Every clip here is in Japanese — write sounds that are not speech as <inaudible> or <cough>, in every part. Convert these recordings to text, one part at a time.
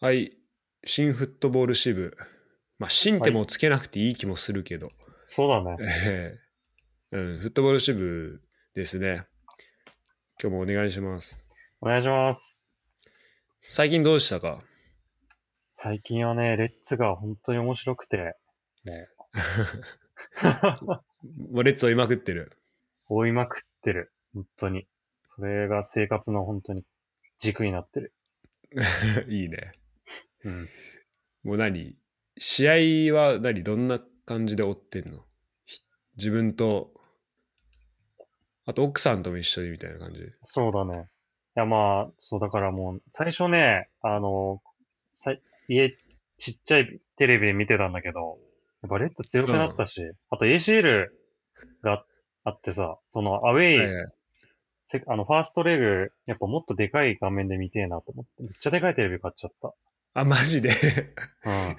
はい。新フットボール支部。まあ、新ってもうつけなくていい気もするけど。そうだね。ええ <laughs> うん、フットボール支部ですね。今日もお願いします。お願いします。最近どうしたか最近はね、レッツが本当に面白くて、ね、もうレッツ追いまくってる。 <laughs> 追いまくってる。本当に。それが生活の本当に軸になってる。いいね。うん。もう何試合は何どんな感じで追ってんのひ自分と、あと奥さんとも一緒にみたいな感じ。そうだね。いや、まあ、そうだからもう、最初ね、あの、さい家、ちっちゃいテレビで見てたんだけど、やっぱレッツ強くなったし、あと ACL があってさ、そのアウェイ、はいはいせあの、ファーストレグ、やっぱもっとでかい画面で見てえなと思って、めっちゃでかいテレビ買っちゃっあ、マジで <laughs> た。うん。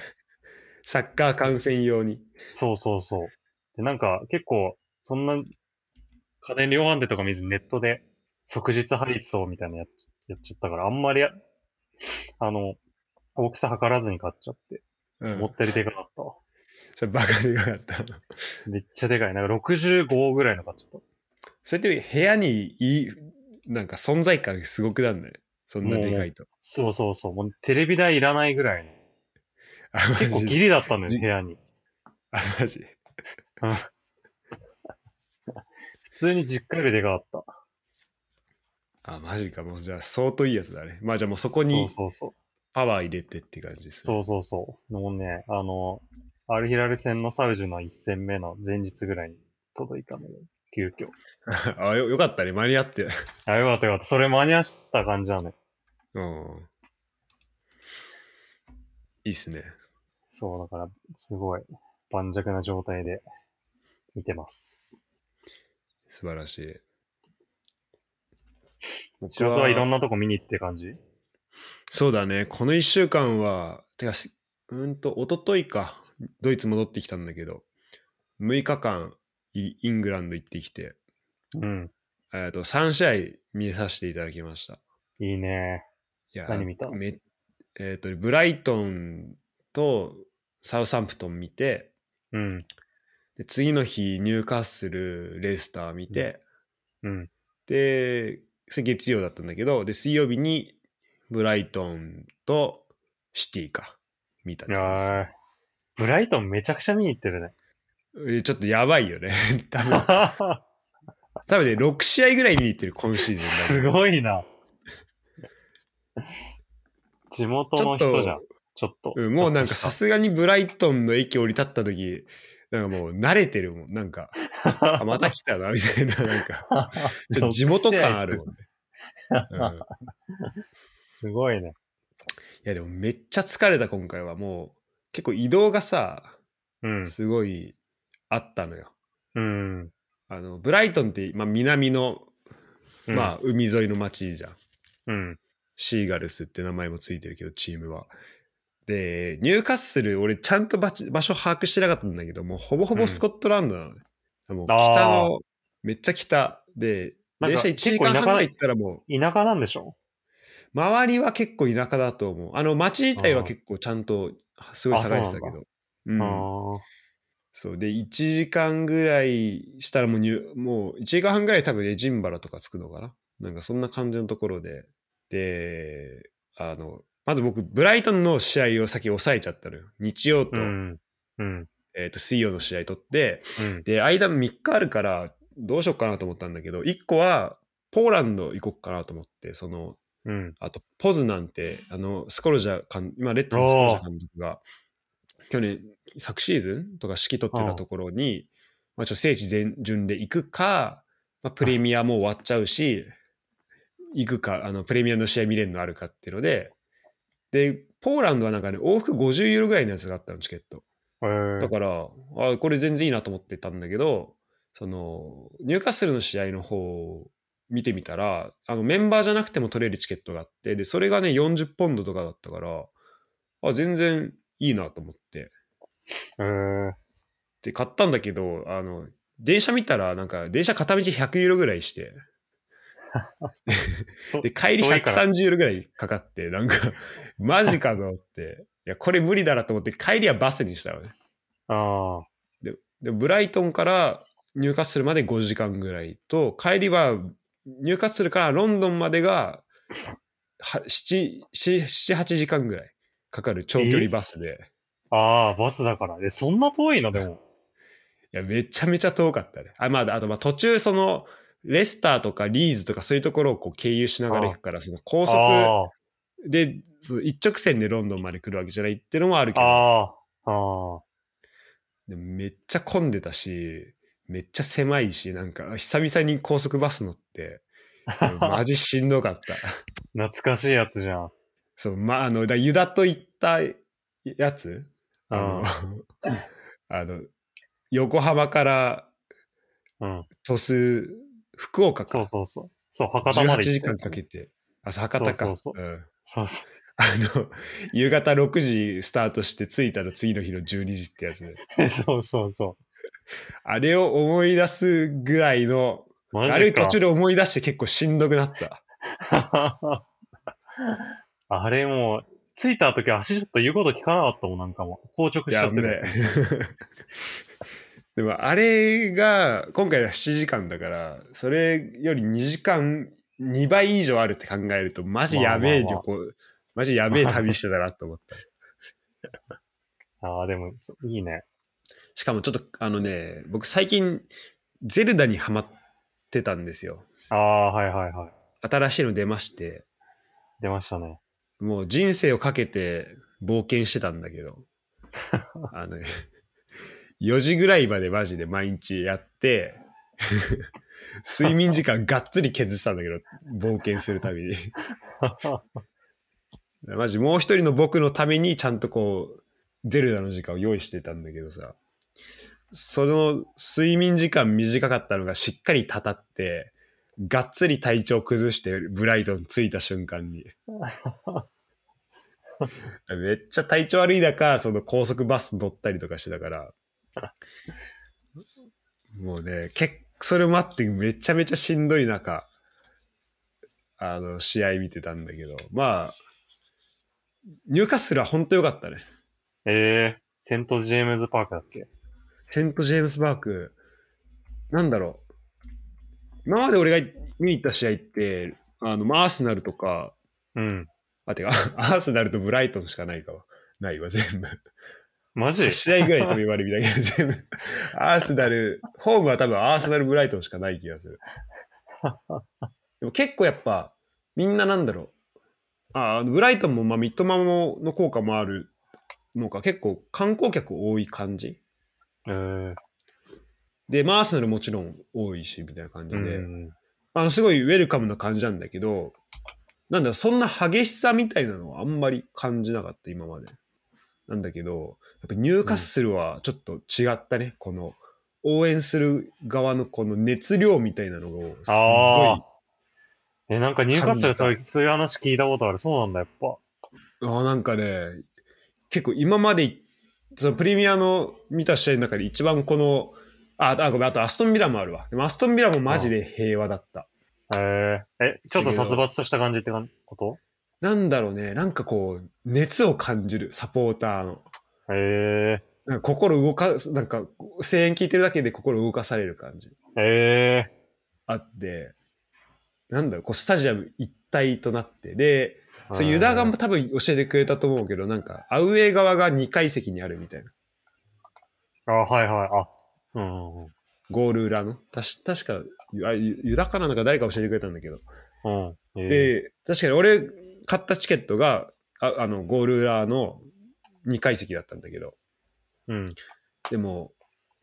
サッカー観戦用に。そうそうそう。で、なんか結構、そんな、家電量販店とか見ずにネットで即日配送みたいなのやっちやっちゃったから、あんまりや、あの、大きさ測らずに買っちゃって、うん思ったよりでかかったわ。それバカでかかった。めっちゃでかい。なんか65ぐらいの買っちゃっそれって部屋にいい、なんか存在感すごくなんね。そんなでかいと。た。そうそうそう。もうテレビ台いらないぐらいの。あ、マ結構ギジ。リだったんだじよ、部屋に。あ、マジ。普通に実家よりでかかった。あ、マジか。もうじゃあ相当いいやつだね。まあじゃあもうそこそにうそうそう。パワー入れてって感じですね、そうそうそう。もうね、あの、アルヒラル戦のサウジの1戦目の前日ぐらいに届いたのよ、急遽。 <laughs> あよ、よかったね。間に合って。 <laughs> あ、よかったよかった。それ間に合わせた感じだね。うん。いいっすね。そう、だから、すごい、盤石な状態で見てます。素晴らしい。僕白洲はいろんなとこ見に行って感じそうだね。この1週間は、てか、しうーんと、一昨日か、ドイツ戻ってきたんだけど、6日間、イイングランド行ってきて、うん。えっと、3試合見させていただきました。いいね。いや何見ためえっ、と、ブライトンとサウサンプトン見て、うん。で次の日、ニューカッスル、レスター見て、うん。で、それ月曜だったんだけど、で、水曜日に、ブライトンとシティか、見たっていや感じですーブライトンめちゃくちゃ見に行ってるね。 <laughs> えちょっとやばいよね。 <laughs> 多分、多分ね、6試合ぐらい見に行ってる、今 <laughs> シーズン。すい。ごいな。地元ちょのっ人じゃんと。、ちょっと。うんもうなんかちょさっすがにブライトンの駅降り立った時、なんかもう慣れてるもん。なんか、としたあ、また来たな、みたいな、なんか、ちょっと六地元感あるもんね。うん、いすごいね。や、でもめっちゃ疲れた、今回は。もう、結構移動がさ、うん。すごいあったのよ。うん。あの、ブライトンって、まあ、南の、まあ、あ、海沿いの町じゃん。うん。シーガルスって名前もついてるけど、チームは。で、ニューカッスル、俺ちゃんと場場所把握してなかったんだけど、もうほぼほぼスコットランドなのね。もう北あの、めっちゃ北で、なん電か車1時間半ぐらい結構田舎行ったらも田舎なんでしょう、周りは結構田舎だと思う。あの、町自体は結構ちゃんと、すごい栄えてたけあそうなど。うんあ。ーそう。で、1時間ぐらいしたらもうニュ、もう1時間半ぐらい多分エジンバラとか着くのかななんかそんな感じのところで。で、あの、まず僕、ブライトンの試合を先抑えちゃったのよ。日曜と、うん。うん。えっ、と、水曜の試合取って、うん。で、間3日あるから、どうしようかなと思ったんだけど、1個は、ポーランド行こっかなと思って、その、うん。あと、ポズなんて、あの、スコルジャ監今、レッツのスコルジャ監督が、去年、昨シーズンとか指揮取ってたところに、まあ、ちょっと聖地全巡で行くか、まあ、プレミアも終わっちゃうし、行くか、あの、プレミアの試合見れるのあるかっていうので、で、ポーランドはなんかね、往復50ユーロぐらいのやつがあったの、チケット。えだー、から、あこれ全然いいなと思ってたんだけど、その、ニューカッスルの試合の方を見てみたら、あのメンバーじゃなくても取れるチケットがあって、で、それがね、40ポンドとかだったから、あ、全然いいなと思って。えー、で、買ったんだけど、あの、電車見たら、なんか、電車片道100ユーロぐらいして、 <laughs> で、帰り遠いから130ルぐらいかかって、なんか、マジかと思って、いや、これ無理だなと思って、帰りはバスにしたのね。あで、ブライトンから入荷するまで5時間ぐらいと、帰りは入荷するからロンドンまでがは7、7、8時間ぐらいかかる長距離バスで、あ。ああ、バスだから。え、そんな遠いのでも。いや、めちゃめちゃ遠かったね。あ、まあ、あと、まあ、途中、その、レスターとかリーズとかそういうところをこう経由しながら行くから、その高速あで、その一直線でロンドンまで来るわけじゃないってのもあるあ、けど、ああ、ああ。でもめっちゃ混んでたし、めっちゃ狭いし、なんか久々に高速バス乗って、 <laughs> マジしんどかった。懐かしいやつじゃん。そう、まあ、あの、だユダと行ったやつあの、 <laughs> あの、横浜からうん。鳥栖、福岡かそうらそうそう。そう、博多ま18で時行った間やつかけて、あ、そう博多か。そうそううん <laughs> そうそあの、夕方6時スタートして着いたら次の日の12時ってやつで。う。そうそうそあれを思い出すぐらいの、う。マジかあれ途中で思い出して結構しんどくな <laughs> った。 <laughs> あれもう、着いた時足ちょっと言うこと聞かなかったもん、なんかもう。硬直いしちゃや、ってる。ね。 <laughs> でもあれが、今回は7時間だから、それより2時間、2倍以上あるって考えると、マジやべえ旅まあ行、マジやべえ旅してたなと思った。ああ、でも、そういいね。 <laughs> しかもちょっと、あのね、僕最近、ゼルダにハマってたんですよ。ああ、はいはいはい。新しいの出まして、出ましたね。もう人生をかけて冒険してたんだけど、あの、4時ぐらいまでマジで毎日やって、睡眠時間がっつり削ってたんだけど、冒険するために。マジもう一人の僕のためにちゃんとこう、ゼルダの時間を用意してたんだけどさ、その睡眠時間短かったのがしっかりたたって、がっつり体調崩してブライトン着いた瞬間に。めっちゃ体調悪い中、その高速バス乗ったりとかしてたから、もうね、結それもあってめちゃめちゃしんどい中、あの、試合見てたんだけど、まあ、ニューカッスルは本当良かったね。ええセント・ジェームズ・パークだっけセント・ジェームス・バーク、なんだろう。今まで俺が見に行った試合って、あの、まあ、アーセナルとか、うん。あ、てか、 <laughs> アーセナルとブライトンしかないかわ。ないわ、全部。マジ試合ぐらい飛び割りみたいな、 <laughs> 全部。アーセナル、ホームは多分アーセナル・ブライトンしかない気がする。でも結構やっぱ、みんななんだろう。ああの、ブライトンも、まあ、三笘もの効果もあるのか、結構観光客多い感じえーで、まあ、アーセナルもちろん多いし、みたいな感じうで、ん。あの、すごいウェルカムな感じなんだけど、なんだ、そんな激しさみたいなのはあんまり感じなかった、今まで。なんだけど、やっぱニューカッスルはちょっと違ったね、この、応援する側のこの熱量みたいなのを、すっごいああ。え、なんか入荷す感じたるそういう、そういう話聞いたことある。そうなんだ、やっぱ。ああなんかね結構今までそのプレミアの見た試合の中で一番このああごめんあとアストンビラもあるわでもアストンビラもマジで平和だったえええ、ちょっだとけど殺伐とした感じってかんことなんだろうねなんかこう熱を感じるサポーターのえなんか心動かすなんか声援聞いてるだけで心動かされる感じえええあってなんだろうこうスタジアム一体となってでそうユダが多分教えてくれたと思うけどなんかアウェー側が2階席にあるみたいなあ、はいはい。あ、うんうんゴール裏の。たし確か、ゆあゆユダかなんか誰か教えてくれたんだけど。うん。うん。ええで、確かに俺買ったチケットが、ああの、ゴール裏の2階席だったんだけど。うん。でも、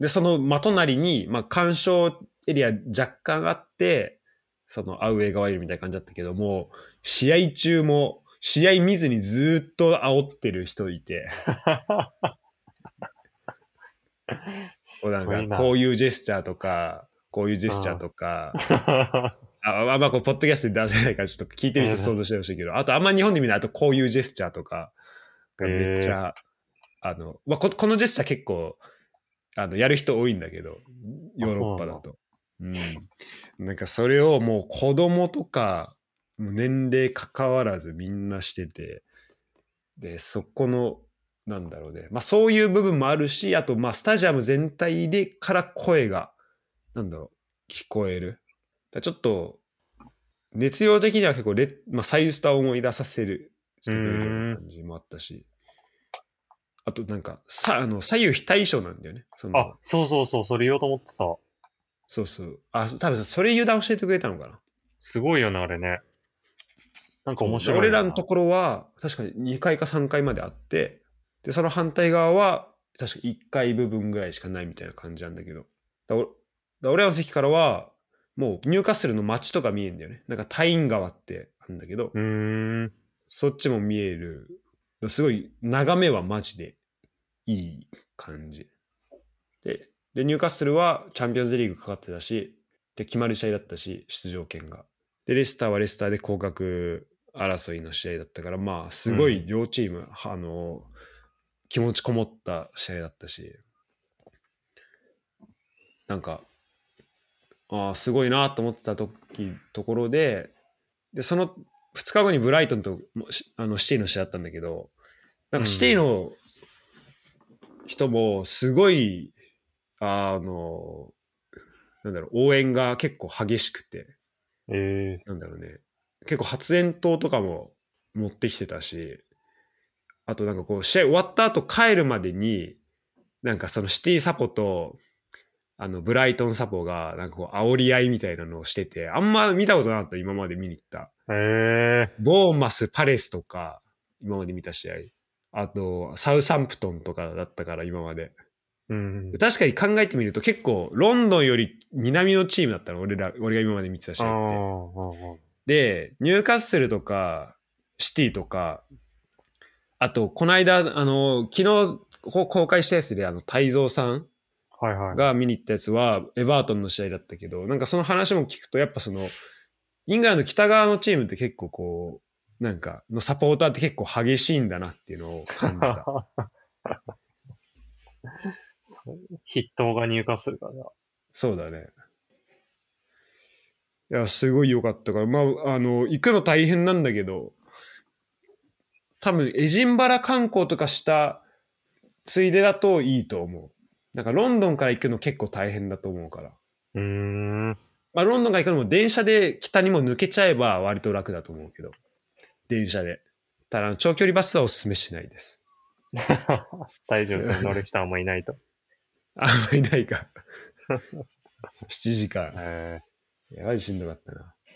で、その真隣に、まあ、干渉エリア若干あって、そのアウェー側いるみたいな感じだったけども、試合中も、試合見ずにずーっと煽ってる人い <laughs> て、こうなんすごいかなこういうジェスチャーとか、こういうジェスチャーとか、あ、まあまあ、こう、ポッドキャストで出せないから、ちょっと聞いてる人想像してほしいけど、あと、あんま日本で見ない、あと、こういうジェスチャーとかがめっちゃ、あの、まあこ、このジェスチャー結構、あの、やる人多いんだけど、ヨーロッパだと。うん。なんかそれをもう子供とか、もう年齢関わらずみんなしてて、で、そこの、なんだろうね。まあそういう部分もあるし、あとまあスタジアム全体でから声が、なんだろう、聞こえる。だからちょっと、熱量的には結構レ、まあ、サイスターを思い出させる、してくれるような感じもあったし。あとなんか、さ、あの、左右非対称なんだよね。そのあ、そうそうそう、それ言おうと思ってた。そうそう。あ、多分それユダ教えてくれたのかな。すごいよね、あれね。なんか面白いな。俺らのところは、確かに2階か3階まであって、で、その反対側は、確か1階部分ぐらいしかないみたいな感じなんだけど。だおだ俺らの席からは、もうニューカッスルの街とか見えるんだよね。なんかタイン川ってあるんだけど、うーん。そっちも見える。すごい、眺めはマジでいい感じ。で、でニューカッスルはチャンピオンズリーグかかってたし、で、決まる試合だったし、出場権が。で、レスターはレスターで降格争いの試合だったから、まあ、すごい両チーム、あの、気持ちこもった試合だったし、なんか、ああ、すごいなと思ってた時、ところで、で、その2日後にブライトンともしあのシティの試合だったんだけど、なんかシティの人もすごい、あの、なんだろう、応援が結構激しくて、ええなんだろうね、結構発煙筒とかも持ってきてたし、あとなんかこう、試合終わった後帰るまでに、なんかそのシティサポと、あの、ブライトンサポが、なんかこう、煽り合いみたいなのをしてて、あんま見たことなかった、今まで見に行った。ええボーンマス、パレスとか、今まで見た試合。あと、サウサンプトンとかだったから、今まで。うん。確かに考えてみると、結構、ロンドンより南のチームだったの、俺ら、俺が今まで見てた試あ合って。ーで、ニューカッスルとか、シティとか、あと、この間、あの、昨日こ公開したやつで、あの、泰造さんあーはいはい。が見に行ったやつは、エバートンの試合だったけど、なんかその話も聞くと、やっぱその、イングランド北側のチームって結構こう、なんか、のサポーターって結構激しいんだなっていうのを感じ <laughs> た。そう筆頭が入荷するから。そうだね。いや、すごい良かったから、まあ、あの、行くの大変なんだけど、多分、エジンバラ観光とかしたついでだといいと思う。なんか、ロンドンから行くの結構大変だと思うから。うーん。 <laughs> まあ、ロンドンから行くのも電車で北にも抜けちゃえば割と楽だと思うけど、電車で。ただ、長距離バスはお勧めしないです。大丈夫です。乗る人はあんまいない <laughs> と。あんまりないか。7時間。えやばいしんどかったな。え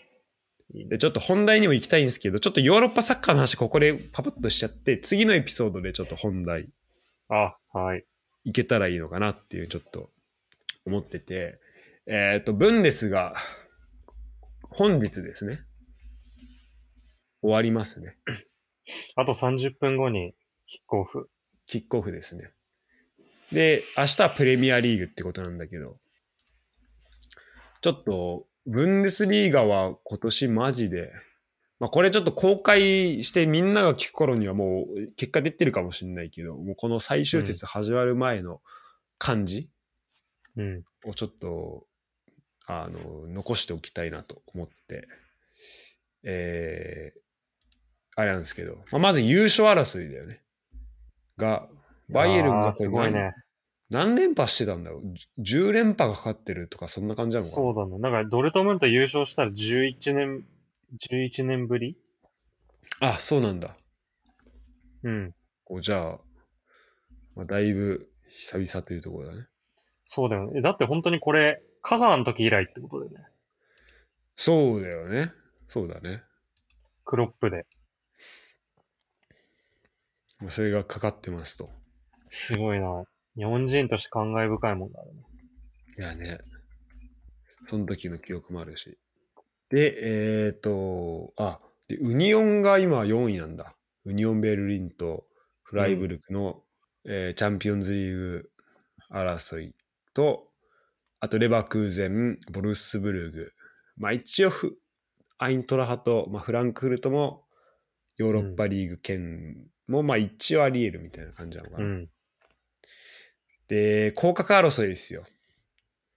いいねで、ちょっと本題にも行きたいんですけど、ちょっとヨーロッパサッカーの話ここでパパッとしちゃって、次のエピソードでちょっと本題あ、はい。いけたらいいのかなっていうちょっと思ってて、えっ、と、ブンデスが本日ですね、終わりますね。あと30分後にキックオフ。キックオフですね。で、明日はプレミアリーグってことなんだけど、ちょっと、ブンデスリーガは今年マジで、まあこれちょっと公開してみんなが聞く頃にはもう結果出てるかもしれないけど、もうこの最終節始まる前の感じうん。をちょっと、あの、残しておきたいなと思って、えー、あれなんですけど、まあ、まず優勝争いだよね。が、バイエルンあーがこれすごい何,、ね。何連覇してたんだろうじゅ ?10 連覇がかかってるとか、そんな感じなのかなそうだね。なんかドルトムント優勝したら11年、11年ぶりあ、そうなんだ。うん。こうじゃあ、まあ、だいぶ久々というところだね。そうだよね。えだって本当にこれ、香川の時以来ってことだよね。そうだよね。そうだね。クロップで。まあ、それがかかってますと。すごいな。日本人として感慨深いもんだね。いやね。その時の記憶もあるし。で、えっ、と、あ、で、ウニオンが今4位なんだ。ウニオンベルリンとフライブルクの、えーチャンピオンズリーグ争いと、あとレバクーゼン、ボルスブルグ。まあ一応フ、アイントラハと、まあ、フランクフルトもヨーロッパリーグ圏も、まあ一応あり得るみたいな感じなのかうな。ん。で、降格争いですよ。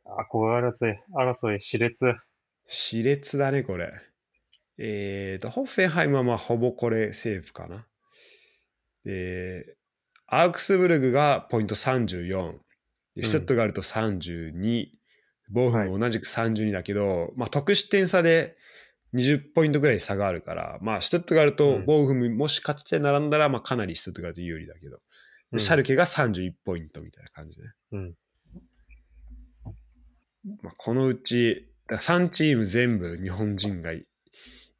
あ、これ争い、争い、熾烈。熾烈だね、これ。えーと、ホッフェンハイムはまあほぼこれセーフかな。で、アークスブルグがポイント34、でシュトットガルト32、ボーフンも同じく32だけど、まあ得失点差で20ポイントぐらい差があるから、まあシュトットガルうト、んボーフンもし勝ち点並んだら、まあかなりシュトットガルト有利だけど、うんでシャルケが31ポイントみたいな感じね。うんまあ、このうち、だから3チーム全部日本人がい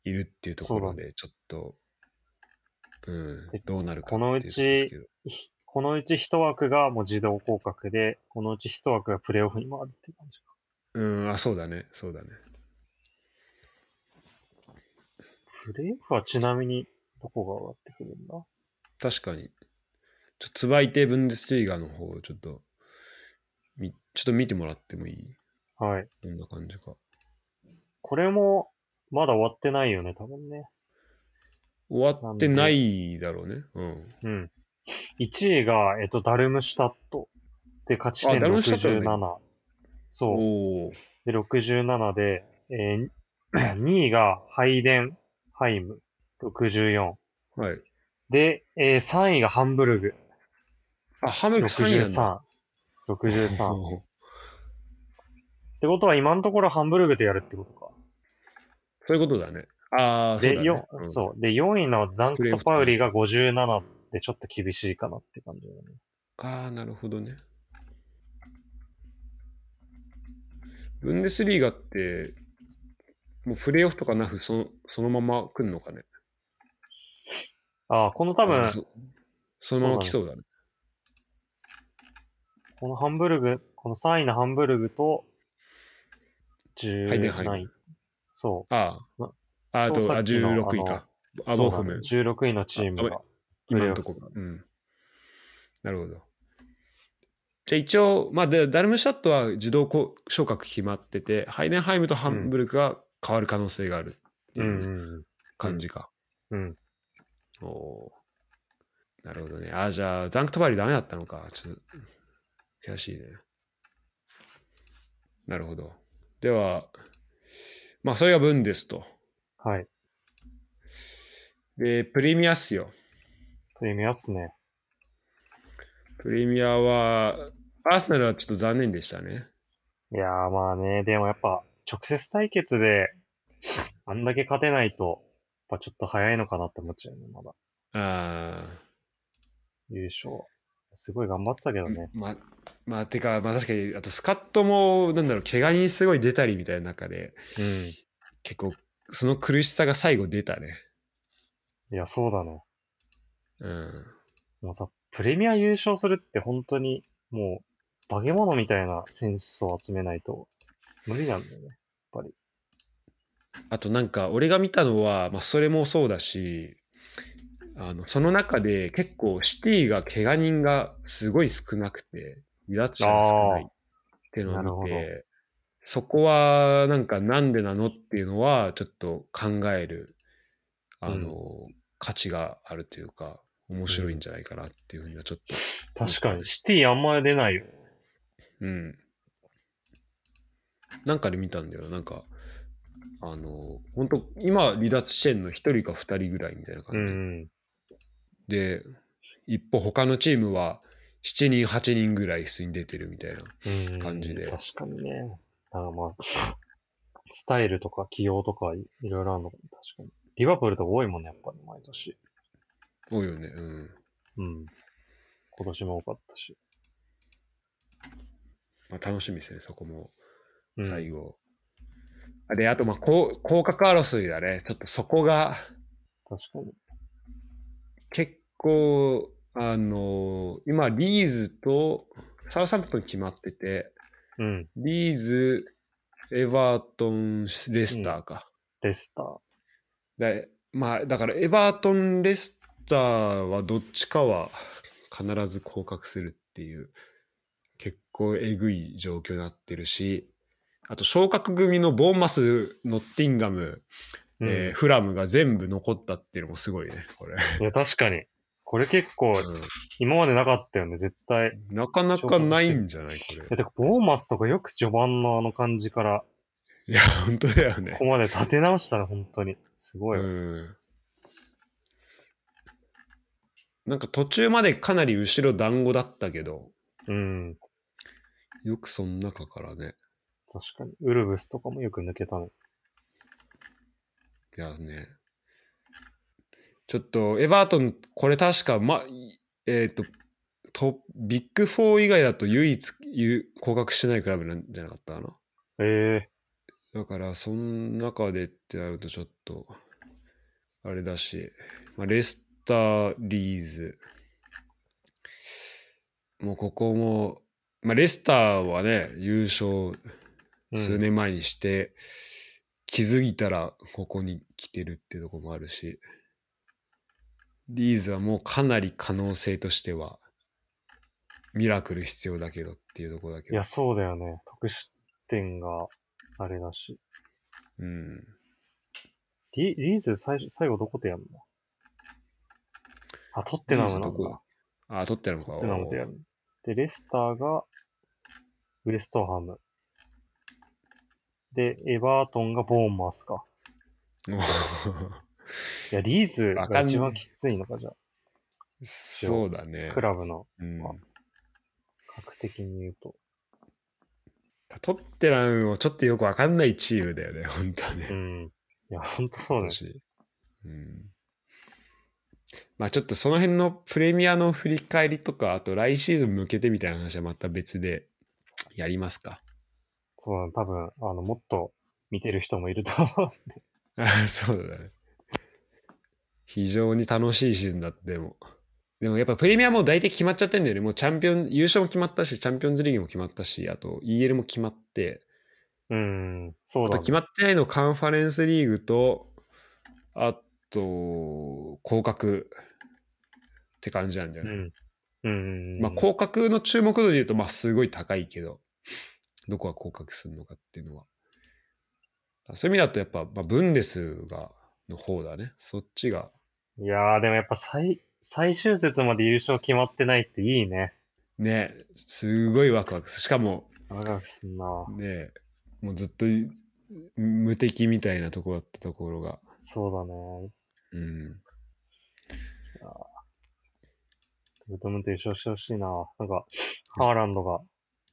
いるっていうところで、ちょっと、うんで、どうなるかこのうちっていとこですけどこのうち一枠がもう自動降格で、このうち一枠がプレイオフに回るっていう感じか。うん、あ、そうだね、そうだね。プレイオフはちなみにどこが上がってくるんだ確かに。ちょっと、つばいてブンデスリーガの方をちょっと、み、ちょっと見てもらってもいいはい。どんな感じか。これも、まだ終わってないよね、多分ね。終わってないだろうね。うん。うん。1位が、えっと、ダルムシュタット。で、勝ち点あダルムシュタットなん67。そう。おおーで、67で、えー、2位が <clears throat> ハイデンハイム。64。はい。で、えー、3位がハンブルグ。あ、ハムルク3位なんだ。 63。63。っおーてことは今のところハンブルグでやるってことか。そういうことだね。ああ、そうで、だね。ようんそう。で、4位のザンクとパウリが57でちょっと厳しいかなって感じだね。ああ、なるほどね。ブンデスリーガって、もうプレーオフとかなくそのそのまま来るのかね。ああ、この多分あ、そそのまま来そうだね。このハンブルグ、この3位のハンブルグと、ハイデンハイム17位。そあまあ。あそうと、さあっきの16位か。う。あ、そボうフなのム。 16位のチームが。今のとこか。うん。なるほど。じゃあ一応、まあ、でダルムシャットは自動こ昇格決まってて、ハイデンハイムとハンブルクが変わる可能性があるってういんううん感じか。うん。うん。おおー。なるほどね。あー、じゃあ、ザンクトバリダメだったのか。ちょっと、悔しいね。なるほど。では、まあ、それが分ですと。はい。で、プレミアっすよ。プレミアっすね。プレミアは、アーセナルはちょっと残念でしたね。いやーまあね、でもやっぱ、直接対決で、あんだけ勝てないと、やっぱちょっと早いのかなって思っちゃうね、まだ。あ優勝。すごい頑張ってたけどあ、ね。ま、まあ、てか、まあ確かに、あとスカットも、なんだろう、怪我にすごい出たりみたいな中で、うん。結構、その苦しさが最後出たね。いや、そうだね。うん。もうさ、プレミア優勝するって本当に、もう、化け物みたいな選手を集めないと、無理なんだよね。あとなんか俺が見たのは、まあ、それもそうだしあのその中で結構シティが怪我人がすごい少なくて離脱者が少ないっていうのを見あーなてそこはなんかなんでなのっていうのはちょっと考えるあの、価値があるというか面白いんじゃないかなっていうふうにはちょっと確かに、シティあんまり出ないよ。うん。なんかで見たんだよな、なんか、あの、本当今離脱してんの1人か2人ぐらいみたいなう感じ、ん。で、一方他のチームは7人、8人ぐらい普通に出てるみたいな。うん感じで確かにね。だからまあ、 <laughs> スタイルとか起用とかいいろいろあるのかも確かに。リバプールとか多いもんね、やっぱり毎年。多いよね、うん。うん。今年も多かったし。まあ、楽しみですね、そこも、うん、最後。で、あと、まあ、こう降格争いだね。ちょっとそこが、確かに。結構、あの、今、リーズと、サウサンプトン決まってて、うん。リーズ、エバートン、レスターか。レスター。でまあ、だからエバートン、レスターはどっちかは必ず降格するっていう、結構えぐい状況になってるし、あと昇格組のボーンマス、ノッティンガム、うんえーフラムが全部残ったっていうのもすごいね、これ。いや、確かに。これ結構、今までなかったよね、絶対。うん <laughs> なかなかないんじゃないこえ、れ。てか、ボーマスとかよく序盤のあの感じから、いや、本当だよねここ。まで立て直したね、本当に。すごい。うん。なんか途中までかなり後ろ団子だったけど、うん。よくその中からね。確かに。ウルブスとかもよく抜けたの。いやね。ちょっと、エバートン、これ確か、ま、いえっ、と、と、ビッグフォー以外だと唯一、ゆ降格してないクラブなんじゃなかったかな。ええだから、その中でってなると、ちょっと、あれだし、まあ、レスター、リーズ。もうここも、まあ、レスターはね、優勝うん数年前にして、気づいたらここに来てるってとこもあるし、リーズはもうかなり可能性としては、ミラクル必要だけどっていうとこだけいどや、、そうだよね。特殊点があれだし。うん。リリーズ最初最後どこでやるのあ、取ってなのなリーズどんこだだ。あ、取ってるのか。トッテナムでやる。で、レスターが、ウレストハム。で、エバートンがボーンマスか。もういや、リーズわかがんない一番きついのか、じゃ <laughs> そうだねあ。。クラブの、うん、格的に言うと。トッテナムもちょっとよくわかんないチームだよね、本当ね。うん。いや、ほんとそうだね。うん。まあちょっとその辺のプレミアの振り返りとか、あと来シーズン向けてみたいな話はまた別でやりますか。そうだね。多分、あの、もっと見てる人もいると <laughs> 思う。あそうだね。非常に楽しいシーズンだった、でも。でもやっぱプレミアもう大体決まっちゃってんだよね。もうチャンピオン、優勝も決まったし、チャンピオンズリーグも決まったし、あと EL も決まって、うん。そうあだとね決。まってないのカンファレンスリーグと、あと、降格って感じなんだようね。ん。うん。まあ、こ広角の注目度で言うと、まあ、すごい高いけど、どこが広角するのかっていうのは。そういう意味だと、やっぱ、まあ、ブンデスが、の方だね。そっちが。いやー、でもやっぱ最、最終節まで優勝決まってないっていいね。ね、すごいワクワクする。しかも、ワクワクすんなね、もうずっと無敵みたいなとこだったところが。そうだね。うん。ドルトムント優勝してほしいな。なんか、ハーランドが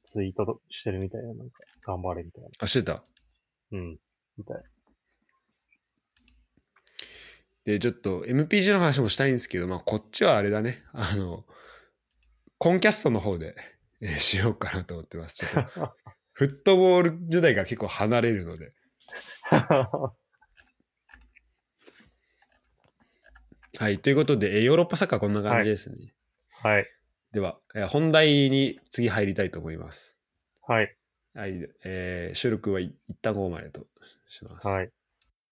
ツイートしてるみたいな、なんか、頑張れみたいな。あ、してた。うん。みたい。 <laughs> で、ちょっと MPG の話もしたいんですけど、まあ、こっちはあれだね。あの、コンキャストの方で、えーしようかなと思ってます。ちょっとフットボール時代が結構離れるので。はい。ということで、えーヨーロッパサッカーこんな感じですね。はい。では、えー本題に次入りたいと思います。はい。はい。えー収録は一旦ここまでとします。はい。